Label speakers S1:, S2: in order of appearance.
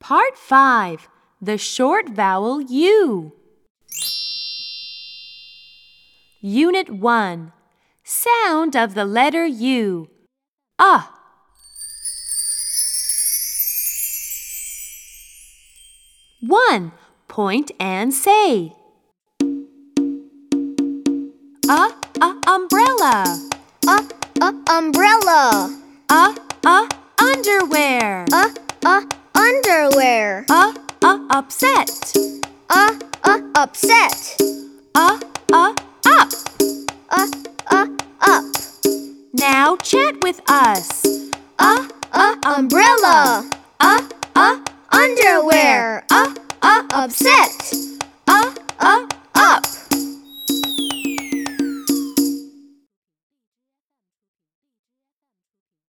S1: Part 5 The Short Vowel U. Unit 1 Sound of the letter U. Uh. One. Point and say. A, a umbrella.
S2: A, a umbrella.
S1: A, a underwear.
S2: A, a underwear.
S1: A, a upset.
S2: A, a upset.
S1: A, a up.
S2: A, a up.
S1: Now chat with us. Uh, A,
S2: A umbrella.
S1: a, a Uh,
S2: Underwear. A,
S1: a
S2: upset.
S1: uh, a, a